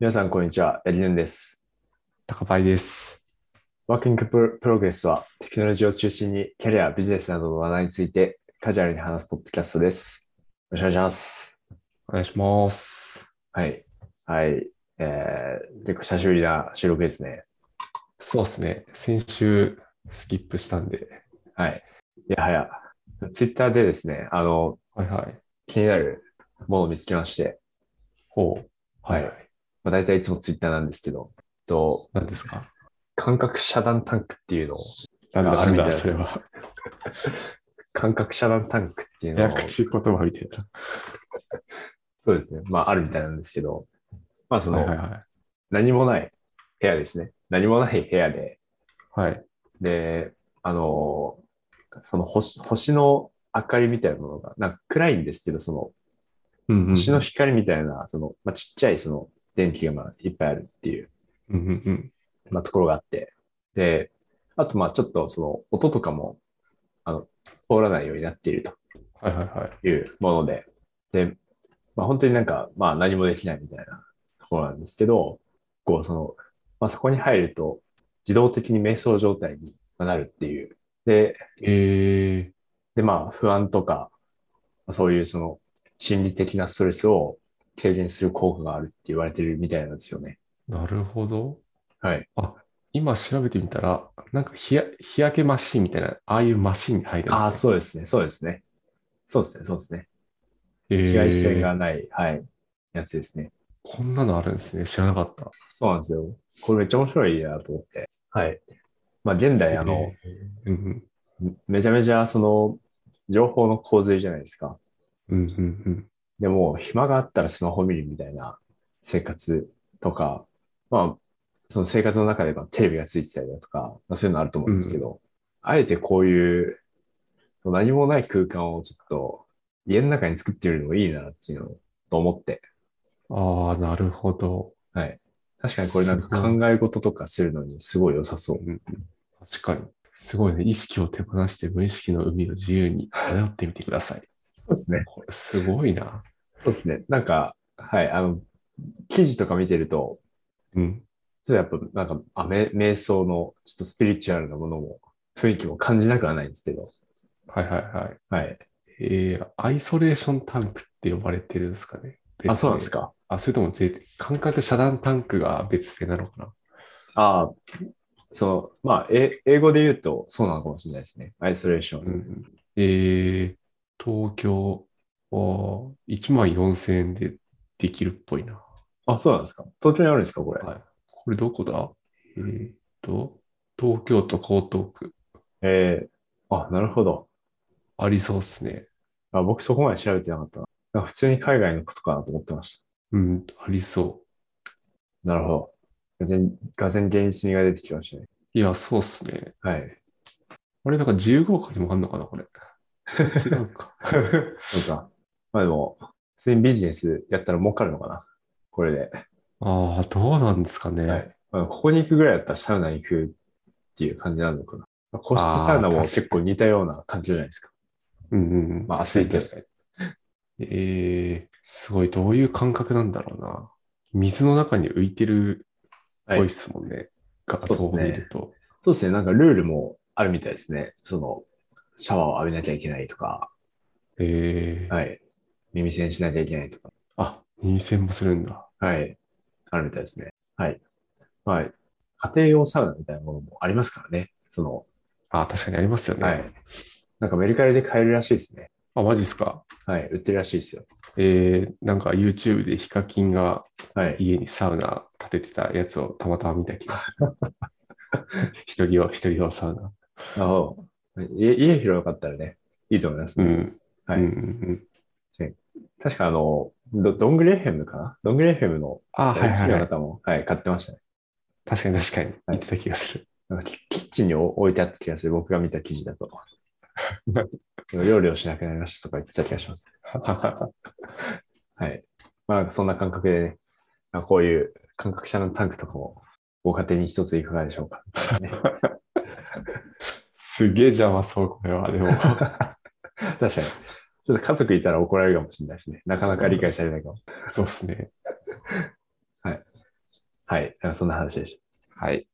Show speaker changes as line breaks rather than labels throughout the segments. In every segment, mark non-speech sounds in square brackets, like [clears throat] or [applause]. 皆さん、こんにちは。エリヌンです。
高パイです。
ワーキングプロプログレスは、テクノロジーを中心にキャリア、ビジネスなどの話題についてカジュアルに話すポッドキャストです。よろしくお願いします。
お願いします。
はい。はい。えー、結構久しぶりな収録ですね。
そうですね。先週スキップしたんで。
はい。いやはや、ツイッターでですね、あの、
はいはい。
気になるものを見つけまして、
ほう。
はいまあ、大体いつもツイッターなんですけど、と、
何ですか
感覚遮断タンクっていうのを、
なんだ
あ
なん
あるみ
だ
たい
そ
です
れは。
感覚遮断タンクっていうのを
早、口言葉みたいな。
そうですね、まああるみたいなんですけど、まあその、
はいはいは
何もない部屋ですね。何もない部屋で、
い。はい。
で、あの、その星星の明かりみたいなものが、なんか暗いんですけど、その
うんうん。
星の光みたいな、その、まあ、ちっちゃいその電気がまあいっぱいあるっていう、
うんうんうん。
まあ、ところがあって、で、あとまあちょっとその音とかも、あの、通らないようになっている
はいはいはい。
というもので、で、まあ本当になんか、まあ何もできないみたいなところなんですけど、こうその、まあそこに入ると自動的に瞑想状態になるっていう。で、
え
でまあ不安とか、そういうその心理的なストレスを軽減する効果があるって言われてるみたいなんですよね。
ー、なるほど。
はい。
今調べてみたら、なんか日や日焼けマシンみたいな、ああいうマシンに入るんです、ね。
ああ、そうですね。そうですね。そうですね。そうですね。
えー
紫外線がない、はい、やつですね。
こんなのあるんですね。知らなかった。
そうなんですよ。これめっちゃ面白いなと思って。はい。まあ、現代、あの、
えー、うん
めちゃめちゃ、その、情報の洪水じゃないですか。
うん。うんうんうん。
でも、暇があったらスマホ見るみたいな生活とか、まあ、その生活の中でまあテレビがついてたりだとか、まあ、そういうのあると思うんですけど、あえてこういう、何もない空間をちょっと、家の中に作ってみるのもいいなっていうのを、と思って。
ああ、なるほど。
はい。確かにこれなんか
すご
考え事とかするのにすごい良さそう。
うん確かに。すごいね。意識を手放して無意識の海を自由に漂ってみてください。
そうですね。
これすごいな。
そうですね。なんか、はい、あの、記事とか見てると、
う
ち
ん。
ょっとやっぱなんか、あめ瞑想のちょっとスピリチュアルなものも、雰囲気も感じなくはないんですけど、
はいはいはい。
はい。
えー、アイソレーションタンクって呼ばれてるんですかね。
あ、そうなんです
か。
か。
あ、それともぜ感覚遮断タンクが別名なのかな。
ああ、その、まあ、え英語で言うとそうなのかもしれないですね。アイソレーション。
うん。えー、東京は1万4000円でできるっぽいな。
あ、そうなんですか。東京にあるんですか、これ。
はい。これどこだえーっと、東京都江東区。
えー、あ、なるほど。
ありそうっすね。
あ、僕そこまで調べてなかったな。なんか普通に海外のことかなと思ってました。
うん、ありそう。
なるほど。がぜん、がぜん現実味が出てきましたね。
いや、そうっすね。
はい。
あれ、なんか自由が丘にもあんのかな、
[laughs]
これ。違うか。
そうか。まあでも、普通にビジネスやったら儲かるのかな。これで。
ああ、どうなんですかね。
はいまあ、ここに行くぐらいだったらサウナに行くっていう感じなのかな。まあ、個室サウナも
あー確かに
結構似たような感じじゃないですか。
うんうんうん。
まあ暑いけど
確かに。 [laughs] えー、すごい、どういう感覚なんだろうな。水の中に浮いてるっぽいっすもんね。画像
そうっ
を
すね
見ると。
そうですね。なんかルールもあるみたいですね。その、シャワーを浴びなきゃいけないとか、
えー、
はい。耳栓しなきゃいけないとか、
あ、耳栓もするんだ。
はい。あるみたいですね。はい。はい。家庭用サウナみたいなものもありますからね。その、
あー、確かにありますよね。
はい。なんかメルカリで買えるらしいですね。
あ、マジっすか。
はい。売ってるらしいですよ。
えー、なんか YouTube でヒカキンが
はい。
家にサウナ建ててたやつをたまたま見た気がす
[laughs]
る。一人用、一人用サウナ。
あの家家広かったらね、いいと思います
う
ね。
ん。
はい
うんうんうん、
確かあの、ど、どんぐり FM かなどんぐり FM の
あ、はいはいは
の
い。
方も、はい、買ってましたね。
確かに確かに。
い
言ってた気がする。
なんかキキッチンに置置いてあった気がする。僕が見た記事だと。 [laughs] 料理をしなくなりましたとか言ってた気がします。はい。まあ、なんかそんな感覚でね、まあこういう感覚者のタンクとかも、ご家庭に一ついかがでしょうか。ね
すげえ邪魔そう、これは。 [laughs] でも、
確かに。ちょっと家族いたら怒られるかもしれないですね。なかなか理解されないかも。
そうっすね。
はい。なんかそんな話でし
はい。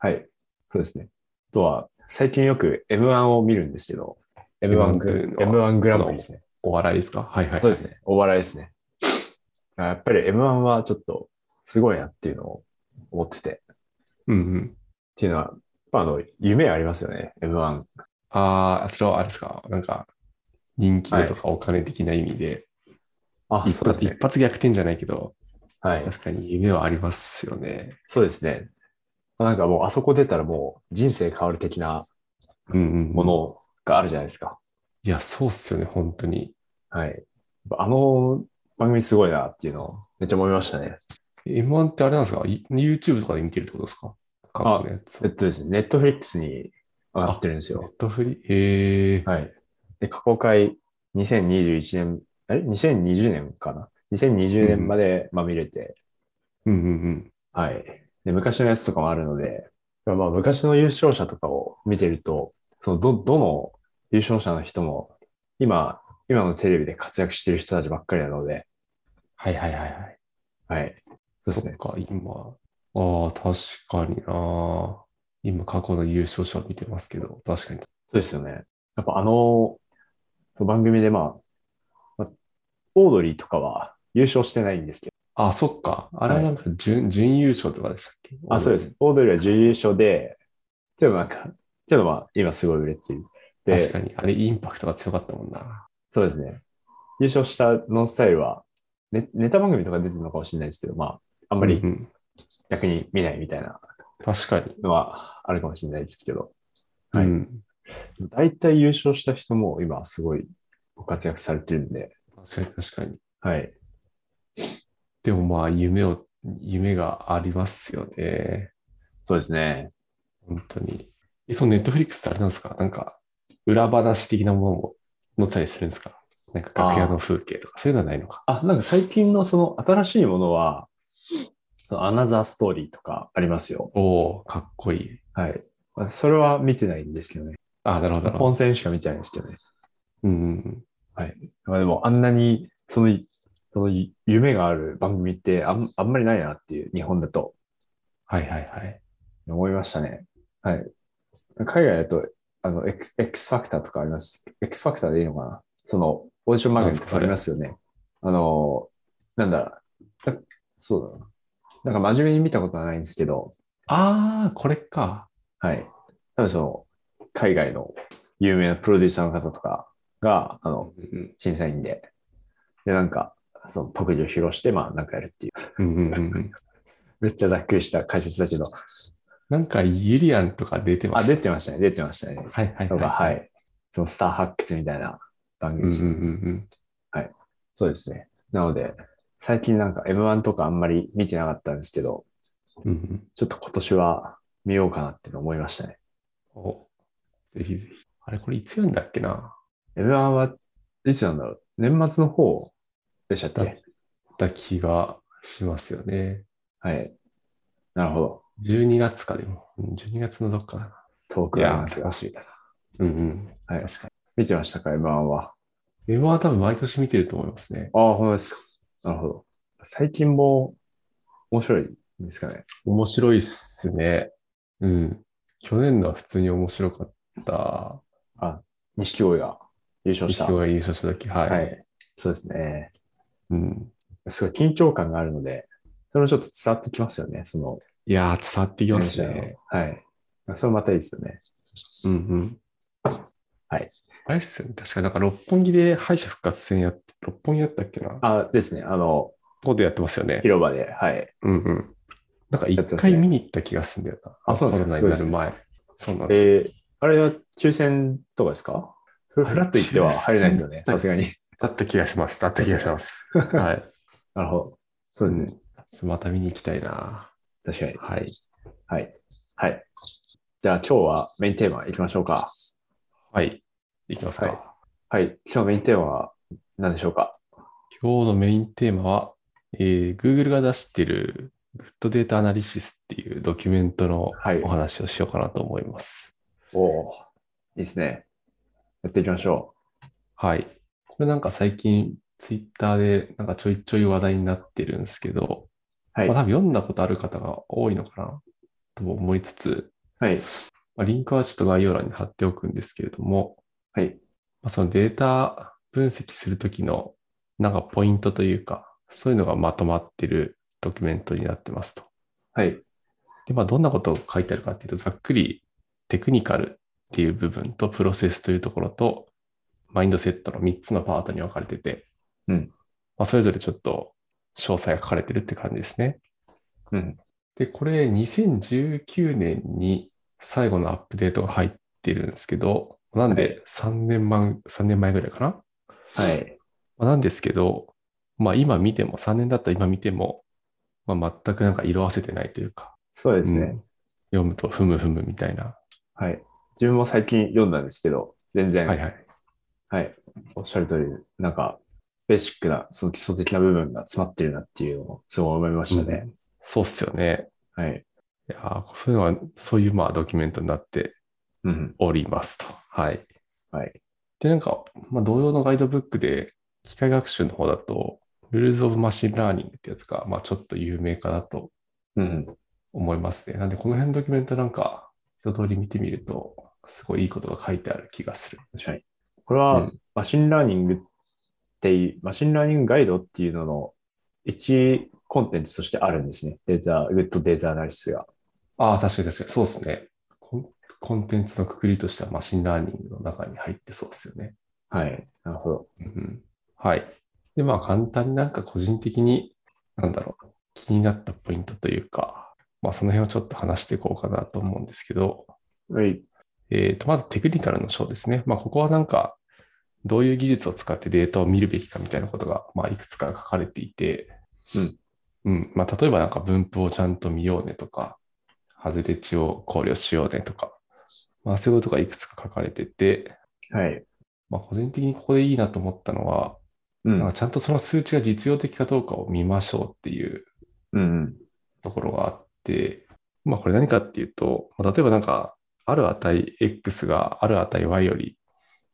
た。はい。そうですね。あとは、最近よく M1 を見るんですけど、M1
M1
グ
というのは
M1 グランプリですね。
お笑いですかはいはい。
そうですね。お笑いですね。あやっぱり M1 はちょっとすごいなっていうのを思ってて。っ
うんうん。
ていうのは、まあ、あの、夢ありますよね。M1。
ああ、それはあれですかなんか、人気とかお金的な意味で、
あ
一発一。発逆転じゃないけど、
はい。
確かに夢はありますよね。
そうですね。なんかもう、あそこ出たらもう人生変わる的な
うんうん。
ものがあるじゃないですか。
いや、そうっすよね、本当に。
はい。あの番組すごいなっていうのをめっちゃ思いましたね。
M1 ってあれなんですかい ?YouTube とかで見てるってことですか過去のやつを。
えっとですね、ネットフリックスに上がってるんです
ネ
よ
ッ。トフリへえ。
はい。で、過去回2021年、あれ ?2020 年かな ?2020 年まで、まあ見れて、
うんうんうん。
はい。で、昔のやつとかもあるので、まあ昔の優勝者とかを見てると、そのど、どの優勝者の人も、今、今のテレビで活躍してる人たちばっかりなので、
はいはいはいはい。
はい。そうです
そっ
ね。
か、今。ああ、確かにな。今、過去の優勝者を見てますけど、確かに。
そうですよね。やっぱあの、番組でまあ、まあ、オードリーとかは優勝してないんですけ
あ、そっか。あれはなんか準、準優勝とかでしたっけ
ど、あ、そうで。す。オードリーは準優勝で、でもなんか、けどまあ、今すごい売れてる。
確
で、
かに。あれ、インパクトが強かったもんな。
そうですね。優勝したノンスタイルは、ネネタ番組とか出てるのかもしれないですけど、まあ、あんまり
うんうん
逆に見ないみたいな
確かに。
のはあるかもしれないですけど、はい
うん
大体優勝した人も今すごいご活躍されてるんで、
確かに、確かに。
はい。
でもまあ、夢を、夢がありますよね。
そうですね。
本当に。え、そのネットフリックスってあれなんですかなんか、裏話的なものも載ったりするんですかなんか楽屋の風景とか、そういうのはないのか。
あ、なんか最近のその新しいものは、そのアナザーストーリーとかありますよ。
おおかっこいい。
はい。まあそれは見てないんですけどね。
あ、なるほど、なるほど。
本戦しか見てないんですけどね。
うんうん
まあでもあんなに、その、その夢がある番組ってあんあんまりないなっていう、日本だと
はいはいはい。
思いましたね。はい。海外だと、あの、X, X ファクターとかあります。X ファクターでいいのかなその、オーディションマーケットとかありますよね。あの、なんだ、だそうだな。なんか真面目に見たことはないんですけど、
ああ、これか。
はい。多分その、海外の有名なプロデューサーの方とかが、あの、
うん
審査員で、で、なんか、その特技を披露して、まあ、なんかやるっていう。
うんうんうんうん。
めっちゃざっくりした解説だけど、
なんか、ユリアンとか出てま
あ、
した。
出てましたね、出てましたね。
はいはい
と
はい。
か、はい。そのスター発掘みたいな番
う
組
ん
で
うん
す。
うんうん。
そうですね。なので、最近なんか M1 とかあんまり見てなかったんですけど、
うんうん
ちょっと今年は見ようかなっていうの思いましたね。
おぜひぜひ。あれ、これいつやるんだっけな
M1 はいつなんだろう年末の方でしたっ
だっ
け
た気がしますよね。
はい。なるほど。
12月かでも。うん12月のどっかだ
遠く
な。い
なり
や
ます
ー、
が
楽。しみだな。うんうん。
はい
確か
見てましたか、M1 は。
に。M は多分毎年見てると思いますね。
ああ、本当ですか。なるほど。最近も面白いんですかね。
面白いっすね。うん。去年のは普通に面白かった。
錦鯉が優勝した。
錦
は
鯉が優勝した時、はい。
い。そうですね。
うん。
すごい緊張感があるので、それもちょっと伝わってきますよね。その、
いやー、伝わってきますね。
はい。それまたいいですよね。
うんうん。
はい。
あれっすよね。確か、なんか六本木で敗者復活戦やって、六本木やったっけな
あ、ですね。あの、
ことやってますよね。
広場で、はい。
うんうん。なんか
やって
一
ます
回
ね
見に行った気がするんだよな。
あそうなん
コ
で
ロ
すか
ナになる前。そうなんですよ。
えー、あれは抽選とかですかフ
はい
フラッと行っては入れないですよね。
抽選
さすがに。
だった気がします。だった気がします。はい。
なるほど。 [laughs] そうですね。
んちょっとまた見に行きたいな。
確かに。
はい。
はい。はい。じゃあ今日はメインテーマいきましょうか。
はい。いきますか。
はいはい。今日のメインテーマは何でしょうか
今日のメインテーマは、えー Google が出している Good Data Analysis っていうドキュメントの
はい
お話をしようかなと思います。
おおいいですね。やっていきましょ
はい。これなんか最近 Twitter でなんかちょいちょい話題になってるんですけど、
う。はい
まあ、多分読んだことある方が多いのかなと思いつつ、
はい。
まあ、リンクはちょっと概要欄に貼っておくんですけれども、
はい。
まあ、そのデータ分析するときのなんかポイントというか、そういうのがまとまってるドキュメントになってますと。
はい。
で、まあ、どんなことを書いてあるかっていうと、ざっくりテクニカルっていう部分とプロセスというところと、マインドセットの3つのパートに分かれてて、
うん
まあ、それぞれちょっと詳細が書かれてるって感じですね。
うん。
で、これ2019年に最後のアップデートが入ってるんですけど、なんで3年前、3年前ぐらいかな
はい。
まあなんですけど、まあ今見ても、3年だったら今見ても、まあ全くなんか色あせてないというか、
そうですね。
うん読むとふむふむみたいな。
はい。自分も最近読んだんですけど、全然、
は
はいい、
はい。
おっしゃる通り、なんか、ベーシックな、その基礎的な部分が詰まってるなっていうのを、すごい思いましたね。
そうっすよね。
はい。
いやーそういうのが、そういうまあドキュメントになって
うん。
おりますと。はい。
はい。
で、なんか、まあ、同様のガイドブックで、機械学習の方だと、Rules of Machine Learning ってやつが、まあ、ちょっと有名かなと
うん。
思いますね。なんで、この辺のドキュメントなんか、一通り見てみると、すごいいいことが書いてある気がする。
確かに。これ
う
は
ん、
マシンラーニングっていう、マシンラーニングガイドっていうのの、一コンテンツとしてあるんですね。データ、グッドデータアナリシスが。
ああ、確かに確かに、そうですね。コンコンテンツのくくりとしては、マシンラーニングの中に入ってそうですよね。
はい。なるほど。
うんはい。で、まあ簡単になんか個人的に、なんだろう、気になったポイントというか、まあその辺をちょっと話していこうかなと思うんですけど、
はい。
えーと、まずテクニカルの章ですね。まあここはなんか、どういう技術を使ってデータを見るべきかみたいなことが、まあいくつか書かれていて、
うん。
うん。まあ例えばなんか分布をちゃんと見ようねとか、外れ値を考慮しようねとか、まあそういうことがいくつか書かれてて、
はい。
まあ個人的にここでいいなと思ったのは、
う
なん
ん
か。ちゃんとその数値が実用的かどうかを見ましょうっていう
うん。
ところがあって、まあこれ何かっていうと、まあ例えばなんか、ある値 X がある値 Y より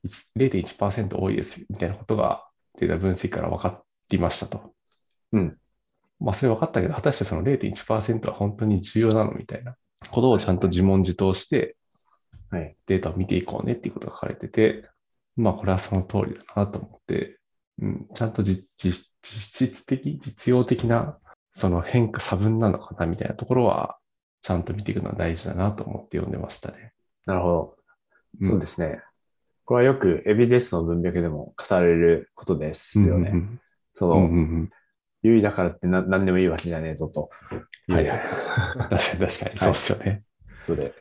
1 0.1%多いですみたいなことがデータ分析から分かりましたと。
うん。
まあそれ分かったけど、果たしてその0.1%は本当に重要なのみたいなことをちゃんと自問自答して
はい。
データを見ていこうねっていうことが書かれてて、まあこれはその通りだなと思って、うん、ちゃんと実実実質的、実用的なその変化、差分なのかなみたいなところは、ちゃんと見ていくのは大事だなと思って読んでましたね。
なるほど。
ん
そうですね。これはよくエビデンスの文脈でも語られることですよね。
うん
そ
うんうん
の、
うん
優位だからってな何でもいいわけじゃねえぞと。
うんはいはい。確かに確かに。そうですよね。
そうで。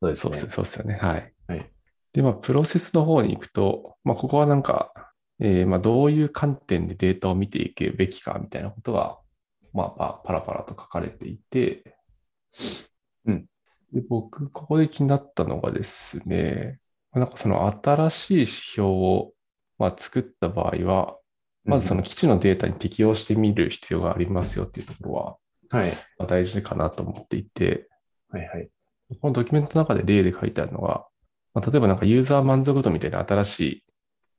そうです
そう
ね
っすそうっすよね。はい。
はい
で、まあ、プロセスの方に行くと、まあ、ここはなんか、えーまあ、どういう観点でデータを見ていくべきかみたいなことが、まあ、パパラパラと書かれていて、
うん
で僕、ここで気になったのがですね、まあなんかその新しい指標を、まあ、作った場合は、まずその基地のデータに適用してみる必要がありますよっていうところは
はい。
まあ大事かなと思っていて、
はいはい。
このドキュメントの中で例で書いてあるのが、まあ、例えばなんかユーザー満足度みたいな新しい、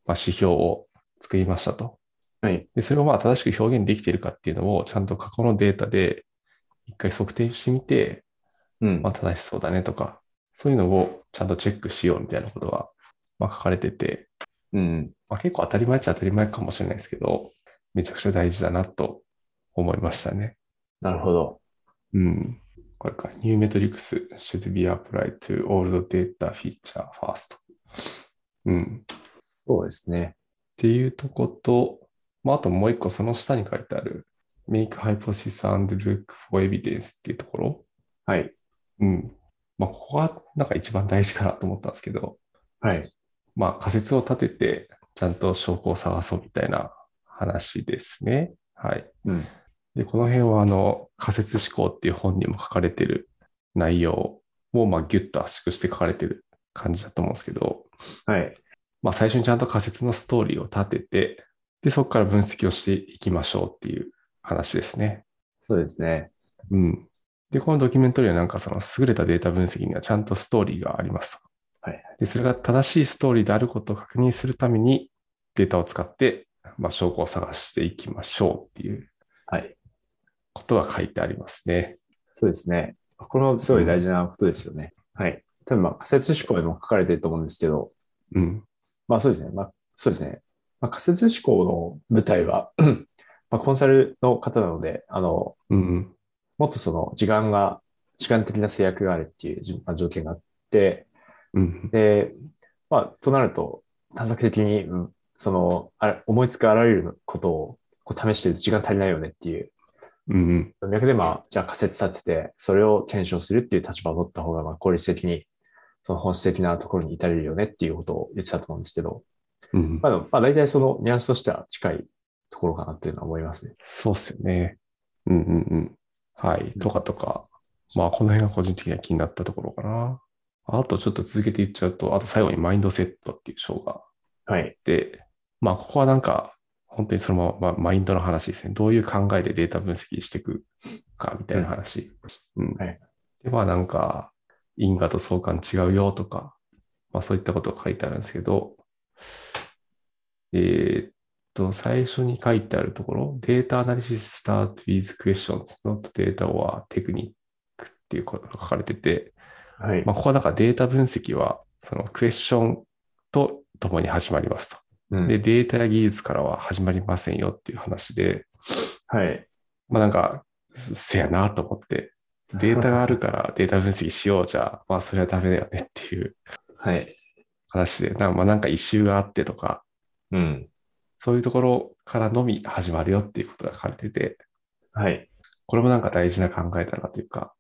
まあ、指標を作りましたと。
はい。
で、それをまあ正しく表現できているかっていうのをちゃんと過去のデータで一回測定してみて、
うん。
まあ、正しそうだねとか、そういうのをちゃんとチェックしようみたいなことがまあ書かれてて、
うん。
まあ、結構当たり前っちゃ当たり前かもしれないですけど、めちゃくちゃ大事だなと思いましたね。
なるほど。
うん。これか。New metrics should be applied to old data feature first. うん。っ
そうですね。
ていうとこと、まあ、あともう一個その下に書いてある make hypothesis and look for evidence っていうところ。
はい。
うん。まあ、ここがなんか一番大事かなと思ったんですけど、
はい。
まあ、仮説を立てて、ちゃんと証拠を探そうみたいな話ですね。はい。
うん。
で、この辺はあの仮説思考っていう本にも書かれてる内容をまあギュッと圧縮して書かれてる感じだと思うんですけど、
はい。
まあ、最初にちゃんと仮説のストーリーを立てて、で、そこから分析をしていきましょうっていう話ですね。
そうですね。
うん。で、このドキュメントにはなんかその優れたデータ分析にはちゃんとストーリーがありますと。
はいはい。
で、それが正しいストーリーであることを確認するためにデータを使って、まあ、証拠を探していきましょうっていう
はい。
ことが書いてありますね。
そうですね。これはすごい大事なことですよね。はい。多分まあ、仮説思考でも書かれてると思うんですけど、
うん。
まあそうですね。まあそうですね。まあ、仮説思考の舞台は、 [clears throat] まあコンサルの方なので、あの、
うん。
もっとその時間が、時間的な制約があるっていうじゅまあ条件があって、
うん。
で、まあ、となると、短冊的に、うんその、あれ思いつくあらゆることをこう試してると時間足りないよねっていう
うん。
文脈で、まあ、じゃあ仮説立てて、それを検証するっていう立場を取った方が、まあ、効率的に、その本質的なところに至れるよねっていうことを言ってたと思うんですけど、
うん。
まあ、でもまあ、大体そのニュアンスとしては近いところかなっていうのは思いますね。
そうっすよね。うんうんうん。はい。とかとか。まあ、この辺が個人的には気になったところかな。あと、ちょっと続けていっちゃうと、あと最後にマインドセットっていう章があっ
はい。
て、まあ、ここはなんか、本当にそのまま、まあマインドの話ですね。どういう考えでデータ分析していくか、みたいな話。うん。
はい
で、まあ、なんか、因果と相関違うよとか、まあ、そういったことが書いてあるんですけど、えーっと、最初に書いてあるところ、データアナリシス start with questions, not data or technique っていうことが書かれてて、
はい。
まあ、ここはだからデータ分析は、そのクエスチョンと共に始まりますと。
うん
で、データや技術からは始まりませんよっていう話で、
はい。
まあなんか、せせやなと思って、データがあるからデータ分析しようじゃ、まあそれはダメだよねっていう
[laughs] はい。
話で、なまあなんか異臭があってとか、
うん。
そういうところからのみ始まるよっていうことが書かれてて、
はい。
これもなんか大事な考えだなというか、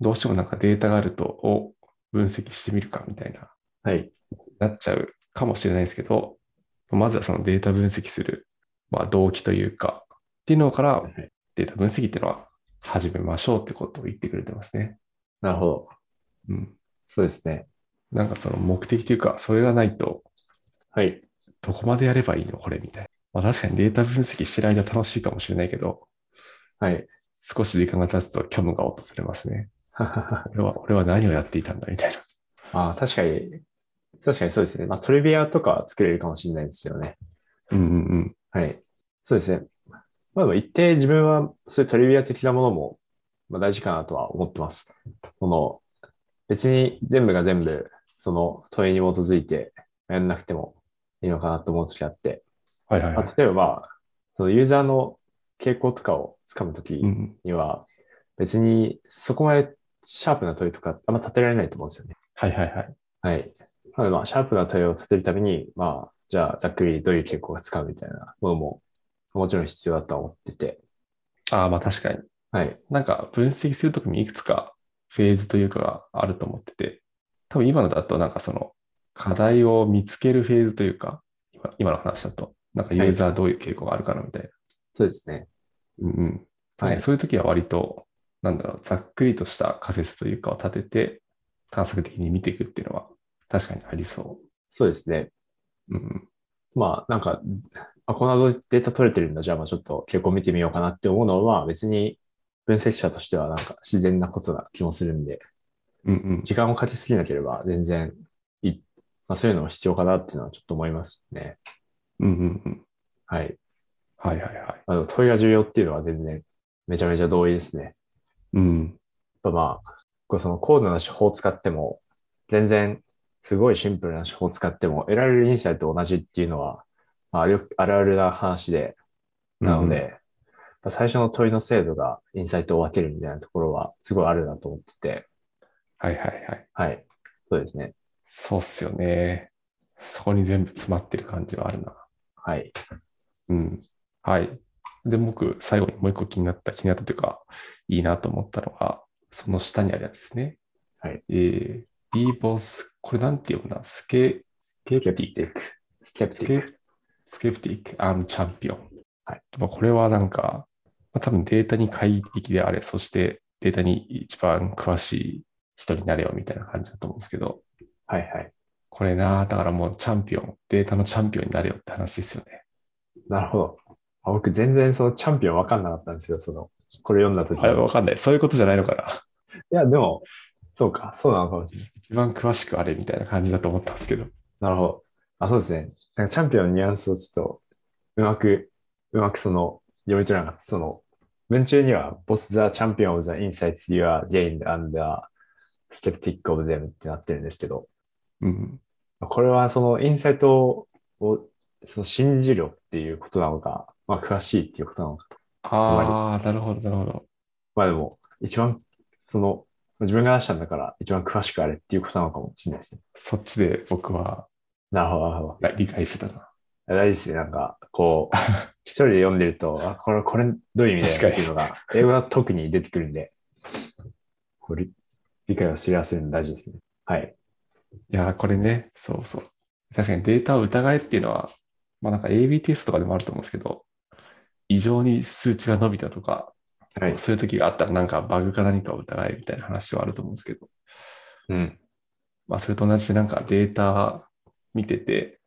どうしてもなんかデータがあると、を分析してみるかみたいな
はい。
なっちゃうかもしれないですけど、まずはそのデータ分析する、まあ、動機というか、っていうのから
はい
データ分析っていうのは始めましょうってことを言ってくれてますね。
なるほど。
うん。
そうですね。
なんかその目的というか、それがないと、
はい。
どこまでやればいいのこれみたいな。まあ確かにデータ分析してる間楽しいかもしれないけど、
はい。 [laughs]
少し時間が経つと虚無が訪れますね。俺は、俺は何をやっていたんだみたいな。
ああ、確かに、確かにそうですね。まあ、トリビアとかは作れるかもしれないですよね。
うんうん
はい。そうですね。まあ、でも一定自分は、そういうトリビア的なものも、まあ、大事かなとは思ってます。その、別に全部が全部、その問いに基づいてやんなくてもいいのかなと思うときあって、
うん。はいはいは
ま
い。
あ、例えばまあ、そのユーザーの傾向とかをつかむとき
うんうん。
には、別にそこまでシャープな問いとかあんま立てられないと思うんですよね。
はいはいはい。
はい。なので、まあ、シャープな問いを立てるために、まあ、じゃあ、ざっくりどういう傾向が使うみたいなものも、もちろん必要だとは思ってて。
ああ、まあ確かに。
はい。
なんか分析するときにいくつかフェーズというかがあると思ってて、多分今のだとなんかその課題を見つけるフェーズというか、今今の話だと、なんかユーザーどういう傾向があるかなみたいな。
そうですね。
うんうん。確かにそういうときは割と、なんだろう、ざっくりとした仮説というかを立てて、探索的に見ていくっていうのは確かにありそ
そうですね。
う。うん
まあ、なんか、あ、このデータ取れてるんだ。じゃあ、まあ、ちょっと傾向見てみようかなって思うのは、別に分析者としては、なんか自然なことな気もするんで、
うん。うんうん。
時間をかけすぎなければ、全然いい、まあ、そういうのも必要かなっていうのはちょっと思いますね。
うんうんうん。
はい。
はいはいはい。
あの、問いが重要っていうのは全然、めちゃめちゃ同意ですね。
うん。
やっぱまあ、こうその高度な手法を使っても、全然すごいシンプルな手法を使っても得られるインサイト同じっていうのは、まあ、よくあるあるな話で、なので、やっぱ最初の問いの精度がインサイトを分けるみたいなところはすごいあるなと思ってて、
うん。はいはいはい。
はい。そうですね。
そうっすよね。そこに全部詰まってる感じはあるな。
はい。
うん。はい。で、僕、最後にもう一個気になった、気になったというか、いいなと思ったのが、その下にあるやつですね。
はい。
えー、b ボス、これなんて読むなスケ、スケ
スケプ
プティ
ティッ
ック。
ク。スケプテ
ス
ィッ
ケ
ク。
スケプティック、アンチャンピオン。
はい。
まあ、これはなんか、まあ、多分データに快適であれ、そしてデータに一番詳しい人になれよみたいな感じだと思うんですけど、
はいはい。
これな、だからもうチャンピオン、データのチャンピオンになれよって話ですよね。
なるほど。あ僕全然そのチャンピオン分かんなかったんですよ。その、これ読んだ時
あれわ
い
かんない。そういうことじゃないのかな。
や、でも、そうか。そうなのかもしれない。
一番詳しくあれみたいな感じだと思ったんですけど。
なるほど。あ、そうですね。なんかチャンピオンのニュアンスをちょっと、うまく、うまくその、読み取らなかった。その、文中には、both the champion of the insights you are gained and the skeptic of them ってなってるんですけど、
うん。
これはそのインサイトをその信じろっていうことなのか、まあ詳しいっていうことなのかと。
ああ、なるほど、なるほど。
まあでも、一番、その、自分が出したんだから一番詳しくあれっていうことなのかもしれないですね。
そっちで僕は
なるほど、なるほど。
理解してたな。
大事ですね。なんか、こう、一人で読んでると、あ、これ、これ、どういう意味だよっていうのが、英語は特に出てくるんで、こう理理解をすり合わせるの大事ですね。はい。
いやー、これね、そうそう。確かにデータを疑えっていうのは、まあなんか AB テストとかでもあると思うんですけど、異常に数値が伸びたとか、
はい。
そういう時があったらなんかバグか何かを疑えみたいな話はあると思うんですけど、
うん。
まあそれと同じでなんかデータ見てて、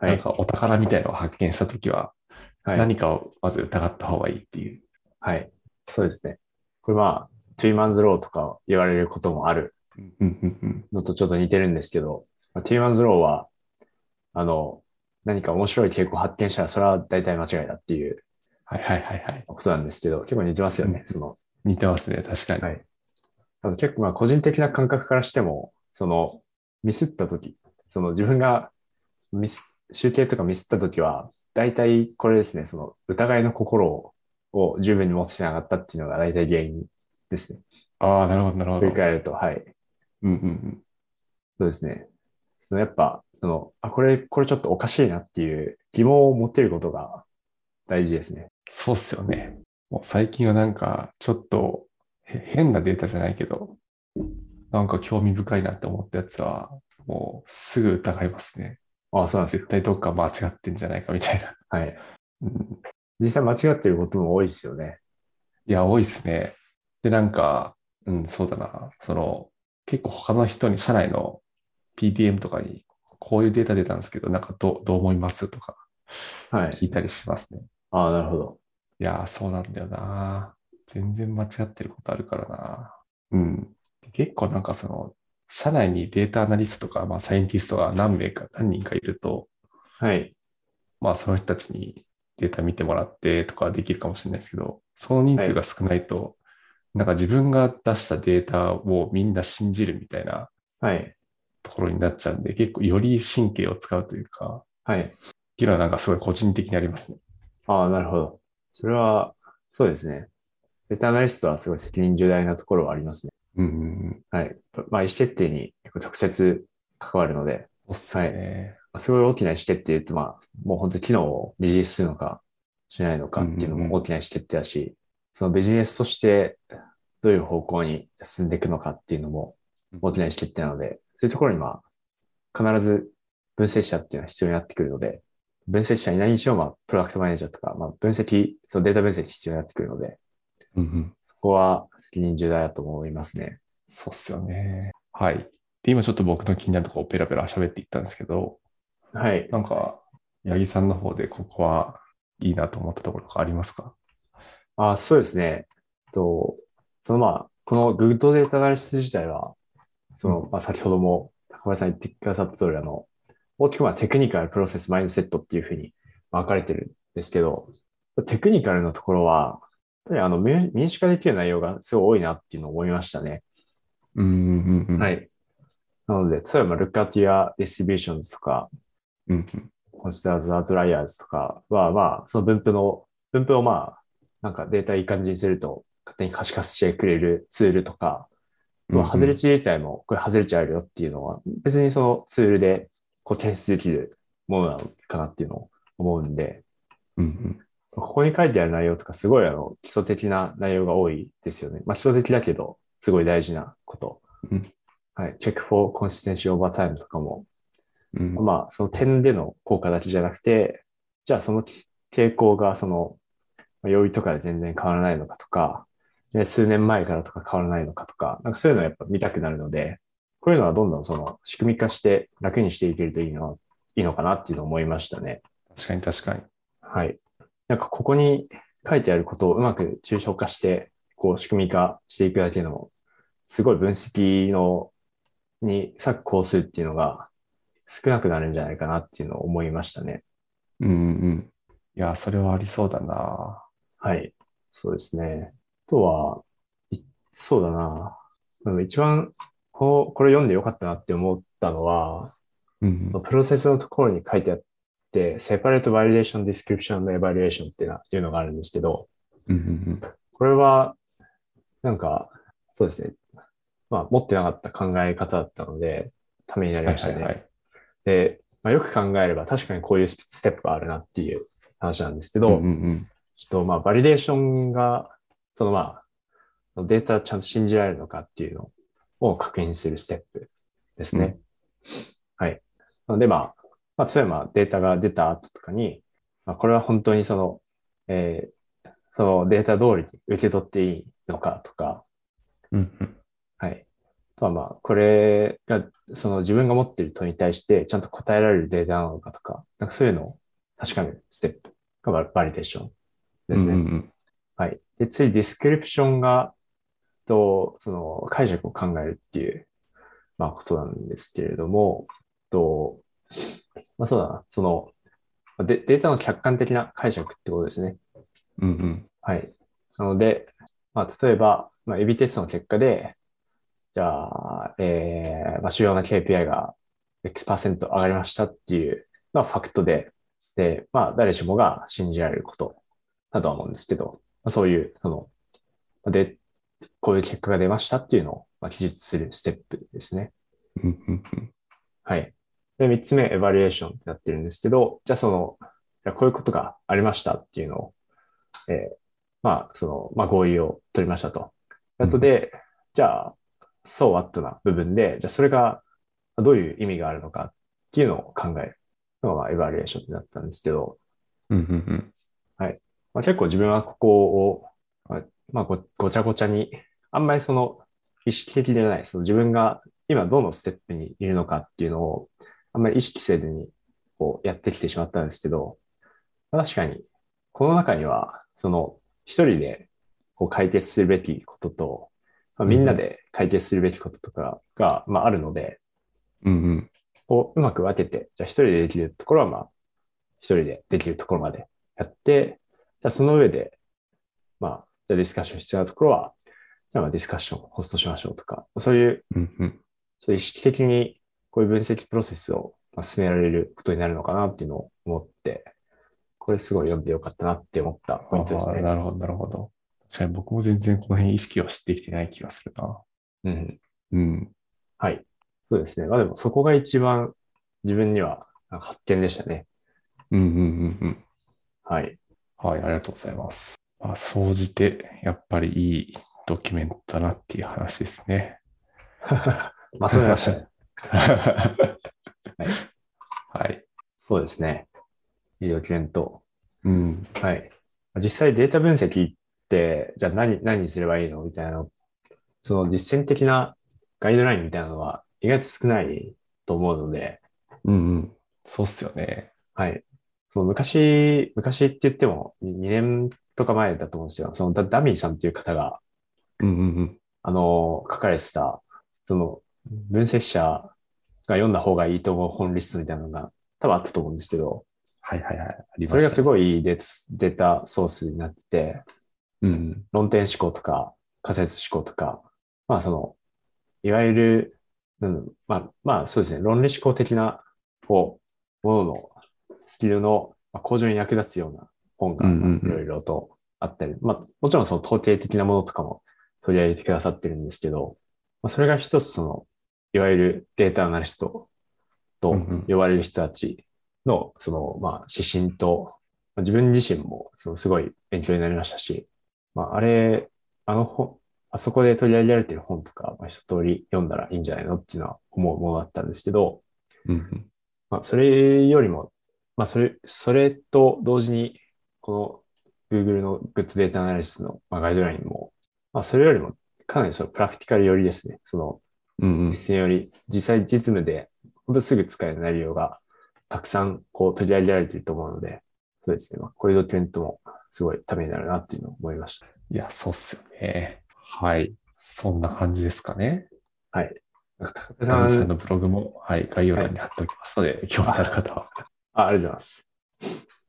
は
なん
い。
かお宝みたいなのを発見した時は、
はい。
何かをまず疑った方がいいっていう。
はい。そうですね。これまあ、トゥイマンズローとか言われることもある
うんうんうん
のとちょっと似てるんですけど、まあ、トゥイマンズローは、あの、何か面白い傾向を発見したら、それは大体間違いだっていう
はいはいはいはい。
ことなんですけど、結構似てますよね。その、
似てますね、確かに。
はいあの結構まあ個人的な感覚からしても、そのミスった時その自分がミス集計とかミスった時は、大体これですね、その疑いの心をを十分に持ってなかったっていうのが大体原因ですね。
ああ、なるほど、なるほ
振
ど。
り返ると、はい。
うんうんうん。
そうですね。そのやっぱ、その、あ、これ、これちょっとおかしいなっていう疑問を持っていることが大事ですね。
そうっすよね。もう最近はなんか、ちょっとへ変なデータじゃないけど、なんか興味深いなって思ったやつは、もうすぐ疑いますね。
あ、そうなんですよ。
絶対どっか間違ってんじゃないかみたいな。
はい。
うん
実際間違っていることも多いですよね。
いや、多いっすね。で、なんか、うん、そうだな。その、結構他の人に、社内の PDM とかに、こういうデータ出たんですけど、なんかどうどう思いますとか
はい。
聞いたりしますね。
あなるほど。
いやー、そうなんだよな。全然間違ってることあるからな。うん。で結構なんかその、社内にデータアナリストとか、まあ、サイエンティストが何名か、何人かいると、
はい。
まあ、その人たちにデータ見てもらってとかできるかもしれないですけど、その人数が少ないと、なんか自分が出したデータをみんな信じるみたいな
はい。
ところになっちゃうんで、結構より神経を使うというか、
はい。
っていうのはなんかすごい個人的にありますね。
ああ、なるほど。それは、そうですね。データアナリストはすごい責任重大なところはありますね。
うんうんうん。
はい。まあ、意思決定に結構直接関わるので、
そうっすよね。
まあすごい大きな意思決定って、まあ、もう本当に機能をリリースするのか、しないのかっていうの
うんうんうん
も大きな意思決定だし、そのビジネスとしてどういう方向に進んでいくのかっていうのも大きな意思決定なので、そういうところにまあ、必ず分析者っていうのは必要になってくるので、分析者いないにしろ、まあ、プロダクトマネージャーとか、まあ、分析、そのデータ分析必要になってくるので、
うんうん。
そこは責任重大だと思いますね。
そうっすよね。はい。で、今ちょっと僕の気になるとこをペラペラ喋っていったんですけど、
はい。
なんか、八木さんの方でここはいいなと思ったところがありますか
あ、そうですね。と、そのまあ、この Good Data Analysis 自体は、その、
う
まあ、先ほども高林さん言ってくださった通り、あの、大きくはテクニカル、プロセス、マインドセットっていうふうに分かれてるんですけど、テクニカルのところは、やっぱりあの、民民主化できる内容がすごい多いなっていうのを思いましたね。
うんうんうん。。
はいい。なので、例えば Look at your distributions とか、
うんうん。
コンシダーズ、アウトライアーズとかは、まあ、その分布の、分布をまあ、なんかデータいい感じにすると、勝手に可視化してくれるツールとか、まあ、外れ
ち
値自体も、これ外れ値あるよっていうのは、別にそのツールで、こう、検出できるものなのかなっていうのを思うんで、
うんうん。
ここに書いてある内容とか、すごいあの、基礎的な内容が多いですよね。まあ、基礎的だけど、すごい大事なこと。
うん
はい。チェックフォーコンシステンシーオーバータイムとかも、
うんうん。
まあ、その点での効果だけじゃなくて、じゃあその傾向がその、まあ容易とかで全然変わらないのかとか、ね、数年前からとか変わらないのかとか、なんかそういうのはやっぱ見たくなるので、こういうのはどんどんその仕組み化して楽にしていけるといいのいいのかなっていうのを思いましたね。
確かに確かに。
はい。なんかここに書いてあることをうまく抽象化して、こう仕組み化していくだけの、すごい分析の、に作効数っていうのが少なくなるんじゃないかなっていうのを思いましたね。
うんうんうん。いや、それはありそうだな。
はい。そうですね。あとは、いそうだな。あの一番こう、これ読んでよかったなって思ったのは、
うん
プロセスのところに書いてあって、セパレートバリデーション、ディスクリプションのエバリエーションっていうないうのがあるんですけど、
うん
これは、なんか、そうですね。まあ、持ってなかった考え方だったので、ためにな
う
り
んはい
まし
は
た
いは
ね。
い。
で、まあ、よく考えれば確かにこういうスステップがあるなっていう話なんですけ
う
ど、
んうん
ちょっとまあ、バリデーションが、そのまあ、データちゃんと信じられるのかっていうのを確認するステップですね。はい。なのでまあ、まあ、例えばデータが出た後とかに、まあ、これは本当にその、えーそのデータ通りに受け取っていいのかとか、
うんうん
はい。あとはまあ、これが、その自分が持っている問いに対してちゃんと答えられるデータなのかとか、なんかそういうのを確かめるステップがババリデーションですね。
うんうん
はい。で、次、ディスクリプションが、と、その、解釈を考えるっていう、まあ、ことなんですけれども、と、まあ、そうだな、その、でデータの客観的な解釈ってことですね。
うんうん
はい。なので、まあ、例えば、まあ、エビテストの結果で、じゃあ、えーまあ、主要な KPI が X% 上がりましたっていうのはファクトで、で、まあ、誰しもが信じられることだとは思うんですけど、まあ、そういう、その、まあで、こういう結果が出ましたっていうのを、まあ、記述するステップですね。
うんうんうん
はい。で、三つ目、エバリエーションってなってるんですけど、じゃあその、じゃあこういうことがありましたっていうのを、えーまあ、その、まあ合意を取りましたと。あとで、じゃあ、そう what な部分で、じゃあそれがどういう意味があるのかっていうのを考えるのがまあエバリエーションってなったんですけど、
うんうん
まあ、結構自分はここを、まあまあご、ごちゃごちゃに、あんまりその意識的じゃない、その自分が今どのステップにいるのかっていうのを、あんまり意識せずにこうやってきてしまったんですけど、まあ確かに、この中には、その一人でこう解決するべきことと、まあみんなで解決するべきこととかが、まあ、あるので、
うんうん
をうまく分けて、じゃあ一人でできるところはまあ、一人でできるところまでやって、じゃあその上で、まあ、じゃあディスカッション必要なところは、じゃあまあディスカッションをホストしましょうとか、そういう、
うんうん
そういう意識的にこういう分析プロセスをまあ進められることになるのかなっていうのを思って、これすごい読んでよかったなって思ったポイントです
あー
ね。
なるほど、なるほど。確かに僕も全然この辺意識を知ってきてない気がするな。
うん。
うん。
はい。そうですね。まあでもそこが一番自分にはなんか発見でしたね。
うんうんうんうん。
はい。
はい、ありがとうございます。まあ、総じて、やっぱりいいドキュメントだなっていう話ですね。
まとめましたね。
はい。 [laughs] はい。
そうですね。いいドキュメント。
うん。
はい。実際データ分析って、じゃあ何、何にすればいいのみたいなの、その実践的なガイドラインみたいなのは意外と少ないと思うので、
うんうん。そうっすよね。
はい。その昔、昔って言っても2年とか前だと思うんですよ。そのダダミーさんっていう方が、
うんうんうん。
あの、書かれてた、その、分析者が読んだ方がいいと思う本リストみたいなのが多分あったと思うんですけど、
はいはいはい。ありました。
それがす
ごい。
ごいいいデータデータソースになってて、
うん。
論点思考とか仮説思考とか、まあその、いわゆる、うん、まあ、まあそうですね、論理思考的な、こう、もののスキルのまあ向上に役立つような本が
うんうんう
い
ん
ろいろとあったり、まあもちろんその統計的なものとかも取り上げてくださってるんですけど、まあ、それが一つその、いわゆるデータアナリストと
うんうん
呼ばれる人たちの、その、まあ指針と、まあ自分自身もそのすごい勉強になりましたし、まあ、あれ、あの本、あそこで取り上げられてる本とか、まあ、一通り読んだらいいんじゃないのっていうのは思うものだったんですけど、
うんうん。
まあ、それよりも、まあ、それ、それと同時に、この Google の Good Data Analysis のまあガイドラインも、まあ、それよりもかなりそのプラクティカル寄りですね。その
うんうん。
実践より、実際実務で、ほんとすぐ使える内容がたくさんこう取り上げられていると思うので、そうですね。まあ、こういうドキュメントもすごいためになるなっていうのを思いました。
いや、そうっすよね。はい。そんな感じですかね。
高田
さ
さ
ん
ん
さんのブログも、はい、概要欄に貼っておきますので、興味ある方は。
あ、ありがとうございます。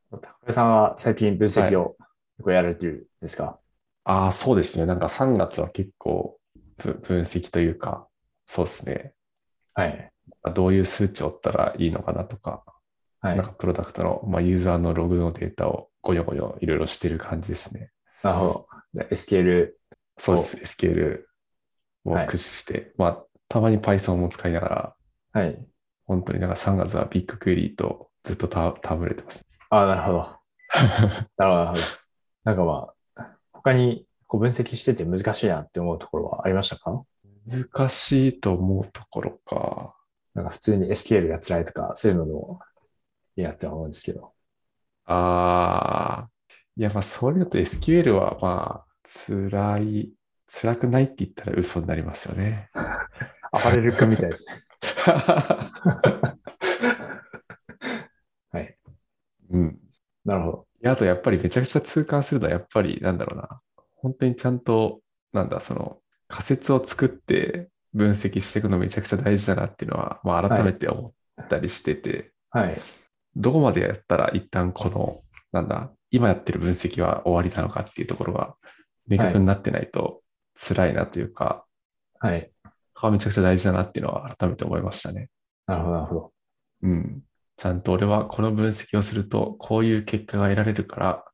高井さんは最近分析をよくやられてるんですか
ああ、そうですね。なんか3月は結構ぶ分析というか、そうですね。
はい。
どういう数値を追ったらいいのかなとか、
はい
なん。かプロダクトの、まあ、ユーザーのログのデータをごにょごにょいろいろしてる感じですね。
なるほど。で SQL。
そうです。SQL を
はい
駆使して、まあ、たまに Python も使いながら、
はい。
本当になんか3月はビッグクエリーとずっとた戯れてます。
ああ、なるほ
[laughs]
ど。なるほど、なるほど。なんかまあ、他にこう分析してて難しいなって思うところはありましたか
難しいと思うところか。
なんか普通に SQL が辛いとか、そういうのもいいなって思うんですけど。
ああ、いや、まあ、それだと SQL は、まあ、辛い、辛くないって言ったら嘘になりますよね。
暴れる君みたいですね。はい。
うん。
[laughs] なるほど。
いやあと、やっぱりめちゃくちゃ痛感するのは、やっぱり、なんだろうな。本当にちゃんと、なんだ、その、仮説を作って分析していくのめちゃくちゃ大事だなっていうのは、まあ、改めて思ったりしてて、
はい。
どこまでやったら一旦この、なんだ、今やってる分析は終わりなのかっていうところが明確になってないと辛いなというか、
はい。
はめちゃくちゃ大事だなっていうのは改めて思いましたね。
なるほど、なるほど。
うん。ちゃんと俺はこの分析をすると、こういう結果が得られるから、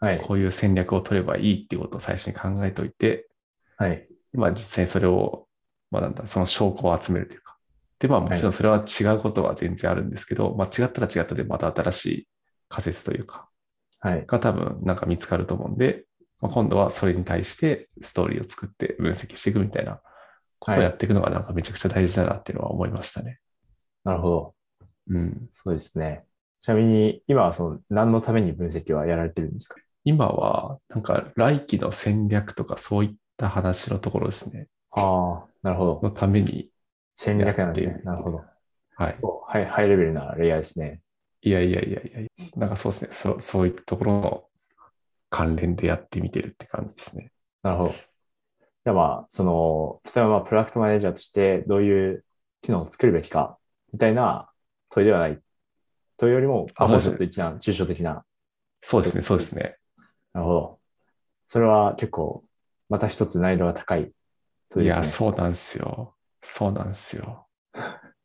はい。
こういう戦略を取ればいいっていうことを最初に考えておいて、
はい。
まあ実際にそれを、まあなんだ、その証拠を集めるというか。で、まあもちろんそれは違うことは全然あるんですけど、まあ違ったら違ったでまた新しい仮説というか、
はい。
が多分なんか見つかると思うんで、まあ、今度はそれに対してストーリーを作って分析していくみたいなことをやっていくのがなんかめちゃくちゃ大事だなっていうのは思いましたね。
なるほど。
うん。
そうですね。ちなみに、今はその、何のために分析はやられてるんですか
今はなんか来期の戦略とかそういった話のところですね。
ああ、なるほど。
のために、
戦略なんです
やっ
ね
て。る
なるほど。
はい。
おはい、ハイレベルなレイヤーですね。
いやいやいやいやいやなんかそうですね。そそういったところの関連でやってみてるって感じですね。
なるほど。じゃあまあ、その、例えばまあ、プロダクトマネージャーとしてどういう機能を作るべきか、みたいな問いではない。問いよりも、
あ
もうち
そ
ょ
う
っ
です
と一段、抽象的な。
そうですね、そうですね。
なるほど。それは結構、また一つ難易度が高い問い
い
で
や、
す
そうなんですよ。そうなんですよ。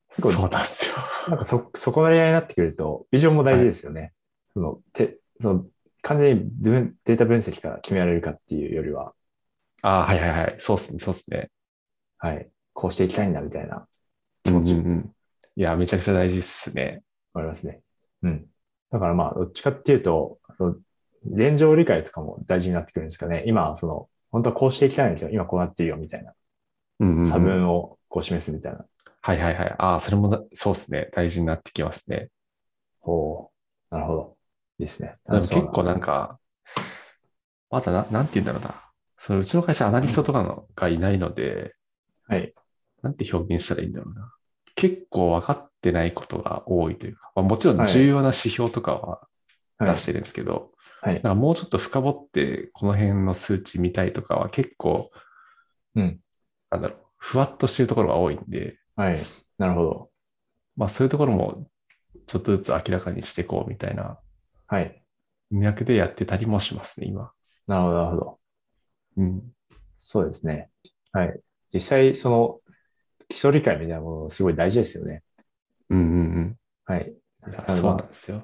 結構
そうなんですよ。
ね。なんかそ、そこのレイヤーになってくると、ビジョンも大事ですよね。その、て、その、完全に分データ分析から決められるかっていうよりは、
ああ、はいはいはい。そうっすね、そうっすね。
はい、こうしていきたいんだみたいな、
うん
もちろ
うん。いや、めちゃくちゃ大事っすね。
ありますね。うん。だからまあ、どっちかっていうと、その現状理解とかも大事になってくるんですかね。今、その、本当はこうしていきたいんだけど、今こうなってるよみたいな、
うんうんうん
差分をこう示すみたいな。
はいはいはい。ああ、それもだ、そうっすね。大事になってきますね。
ほう。なるほど。いいですね。
でも結構
な
なんか、まだな、なんて言うんだろうな。そのうちの会社アナリストとかのがいないので、
はい。
なんて表現したらいいんだろうな。結構分かってないことが多いというか、まあ、もちろん
はい
重要な指標とかは
はい
出してるんですけど、
はい
なんかもうちょっと深掘って、この辺の数値見たいとかは結構、
うん
なんだろう、ふわっとしてるところが多いんで、
はい。なるほど。
まあそういうところもちょっとずつ明らかにしていこうみたいな
はい。
脈でやってたりもしますね、今。
なるほど、なるほど。
うん。
そうですね。はい。実際、その、基礎理解みたいなもの、すごい大事ですよね。
うんうん
はい。
うん。いや
あの
そうなんですよ。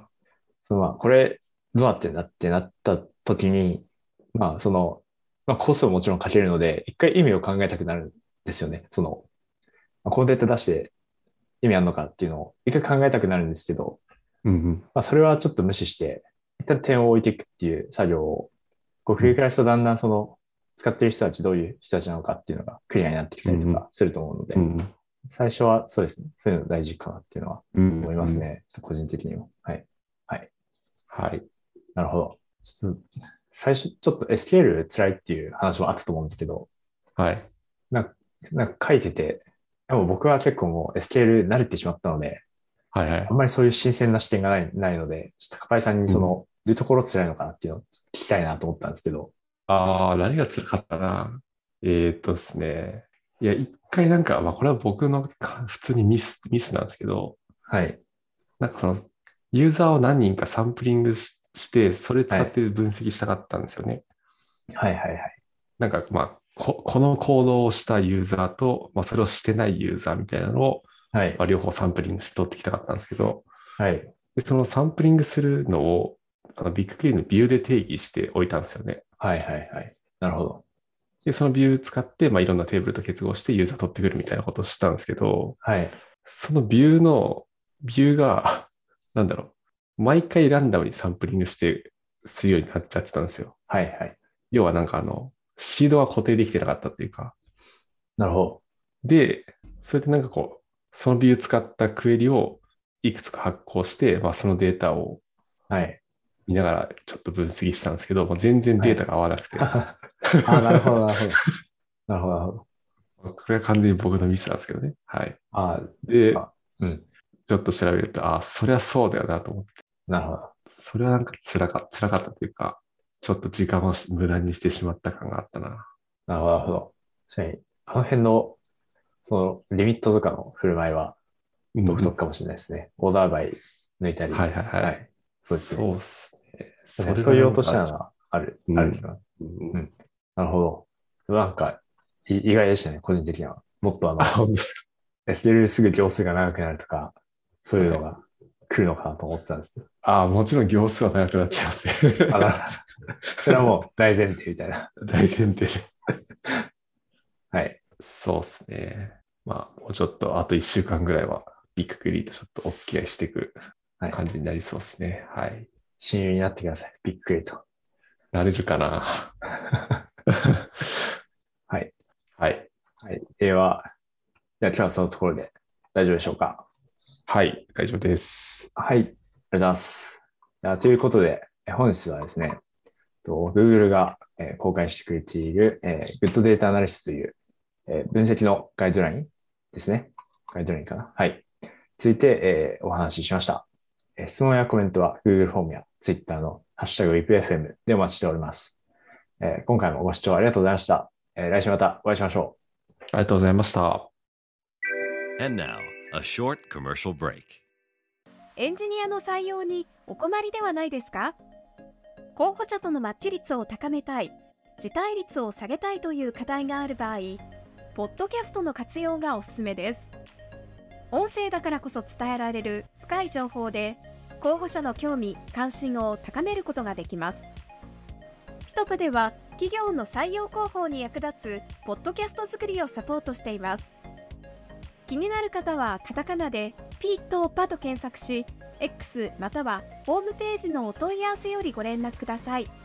そのまあ、これ、どうなってんだってなった時に、まあ、その、まあ、コストももちろんかけるので、一回意味を考えたくなるんですよね。その、まあ、このデータ出して意味あるのかっていうのを一回考えたくなるんですけど、
うんうん。
まあ、それはちょっと無視して、一旦点を置いていくっていう作業を、こう繰り返すとだんだんその、使ってる人たちどういう人たちなのかっていうのがクリアになってきたりとかすると思うので、
うん
最初はそうですね。そういうの大事かなっていうのは
うん。
思いますね。ちょっと個人的にも。はい。
うん。はい。
なるほど。ちょっと最初、ちょっと SQL 辛いっていう話もあったと思うんですけど、
はい。
なんか書いてて、でも僕は結構もう SQL 慣れてしまったので、
はいはい
あん。まりそういう新鮮な視点がないないので、ちょっと高井さんにその、どういうところ辛いのかなっていうのを聞きたいなと思ったんですけど、
ああ、何が辛かったかな。えーっとですね。いや、一回なんか、まあこれは僕の [laughs] か普通にミス、ミスなんですけど、
はい。
なんかその、ユーザーを何人かサンプリングしして、それ使って分析したかったんですよね。
はいはいはい。
なんかまあ、ここの行動をしたユーザーと、まあ、それをしてないユーザーみたいなのを、
はい。
まあ、両方サンプリングして取ってきたかったんですけど、
はい。
でそのサンプリングするのを、あのビッグクリーンのビューで定義しておいたんですよね。
はい。はい。はい。なるほど。
で、そのビュー使って、まあ、いろんなテーブルと結合してユーザー取ってくるみたいなことをしたんですけど、
はい。
そのビューの、ビューが、 [laughs] なんだろう、毎回ランダムにサンプリングしてするようになっちゃってたんですよ。
はい。はい。
要はなんかあの、シードは固定できてなかったっていうか、
なるほ
で、それでなんかこう、そのビュー使ったクエリをいくつか発行して、まあ、そのデータを
ど。はい。
見ながらちょっと分析したんですけど、もう全然データが合わなくて、 [laughs]
あ、なるほど。なるほど。 [laughs] なるほど。なるほど。
これは完全に僕のミスなんですけどね。はい。
あ
で、
あうん
ちょっと調べると、ああ、そりゃそうだよなと思って、
なるほど。
それはなんか辛か辛かったというか、ちょっと時間を無駄にしてしまった感があったな。
なるほどなるほど。確かに、あの辺の、その、リミットとかの振る舞いは独特かもしれないですね。オーダーバイ抜いたり。
はいはいはい。
はいそうですね。
そうっすね。
そう
れが
いう落とし
なん
穴
か
がある、
うん
ある気が
うん
なるほど。でもなんか、い意外でしたね、個人的には。もっとあの
あ、、本当ですか。
SDL すぐ行数が長くなるとか、そういうのが来るのかなと思ってたんですけど。
ああ、もちろん行数は長くなっちゃいますね。
あら、それはもう大前提みたいな。
[laughs] 大前提で。
はい。
そうですね。まあ、もうちょっと、あと1週間ぐらいは、ビッグクリーとちょっとお付き合いしていく
はい
感じになりそうですね。はい。
親友になってください。びっくりと。
なれるかな
[laughs] はい。
はい。
はい。では、じゃあ今日はそのところで大丈夫でしょうか。
はい。大丈夫です。
はい、ありがとうございます。あということで、え本日はですね、と Google がえー公開してくれているえー Good Data Analysis というえー分析のガイドラインですね。ガイドラインかな。はい。についてえーお話ししました。えー質問やコメントは Google フォームや Twitter のハッシュタグ WIPFM でお待ちしております。えー今回もご視聴ありがとうございました。えー来週またお会いしましょう。
ありがとうございました。
And now, a short commercial break.
エンジニアの採用にお困りではないですか候補者とのマッチ率を高めたい、辞退率を下げたいという課題がある場合、ポッドキャストの活用がおすすめです。音声だからこそ伝えられる深い情報で、候補者の興味・関心を高めることができます。ピトプでは、企業の採用広報に役立つポッドキャスト作りをサポートしています。気になる方はカタカナで「ピーとパ」と検索し X またはホームページのお問い合わせよりご連絡ください。